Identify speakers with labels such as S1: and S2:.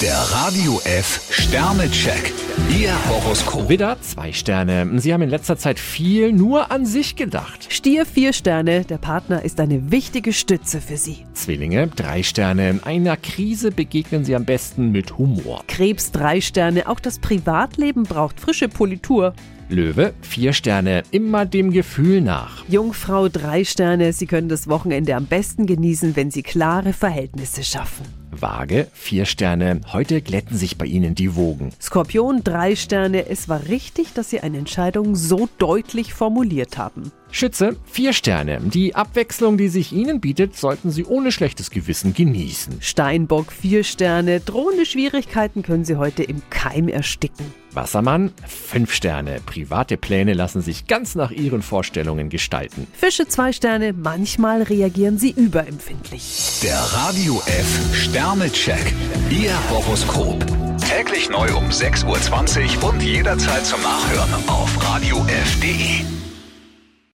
S1: Der Radio F Sternecheck. Ihr Horoskop.
S2: Widder, zwei Sterne. Sie haben in letzter Zeit viel nur an sich gedacht.
S3: Stier vier Sterne, der Partner ist eine wichtige Stütze für Sie.
S2: Zwillinge, drei Sterne. Einer Krise begegnen Sie am besten mit Humor.
S3: Krebs drei Sterne, auch das Privatleben braucht frische Politur.
S2: Löwe, vier Sterne. Immer dem Gefühl nach.
S3: Jungfrau drei Sterne, Sie können das Wochenende am besten genießen, wenn Sie klare Verhältnisse schaffen.
S2: Waage, vier Sterne. Heute glätten sich bei Ihnen die Wogen.
S3: Skorpion drei Sterne, es war richtig, dass Sie eine Entscheidung so deutlich formuliert haben.
S2: Schütze, vier Sterne. Die Abwechslung, die sich Ihnen bietet, sollten Sie ohne schlechtes Gewissen genießen.
S3: Steinbock vier Sterne, drohende Schwierigkeiten können Sie heute im Keim ersticken.
S2: Wassermann, fünf Sterne. Private Pläne lassen sich ganz nach Ihren Vorstellungen gestalten.
S3: Fische zwei Sterne, manchmal reagieren Sie überempfindlich.
S1: Der Radio F Sternecheck. Ihr Horoskop. Täglich neu um 6.20 Uhr und jederzeit zum Nachhören auf Radio radiof.de.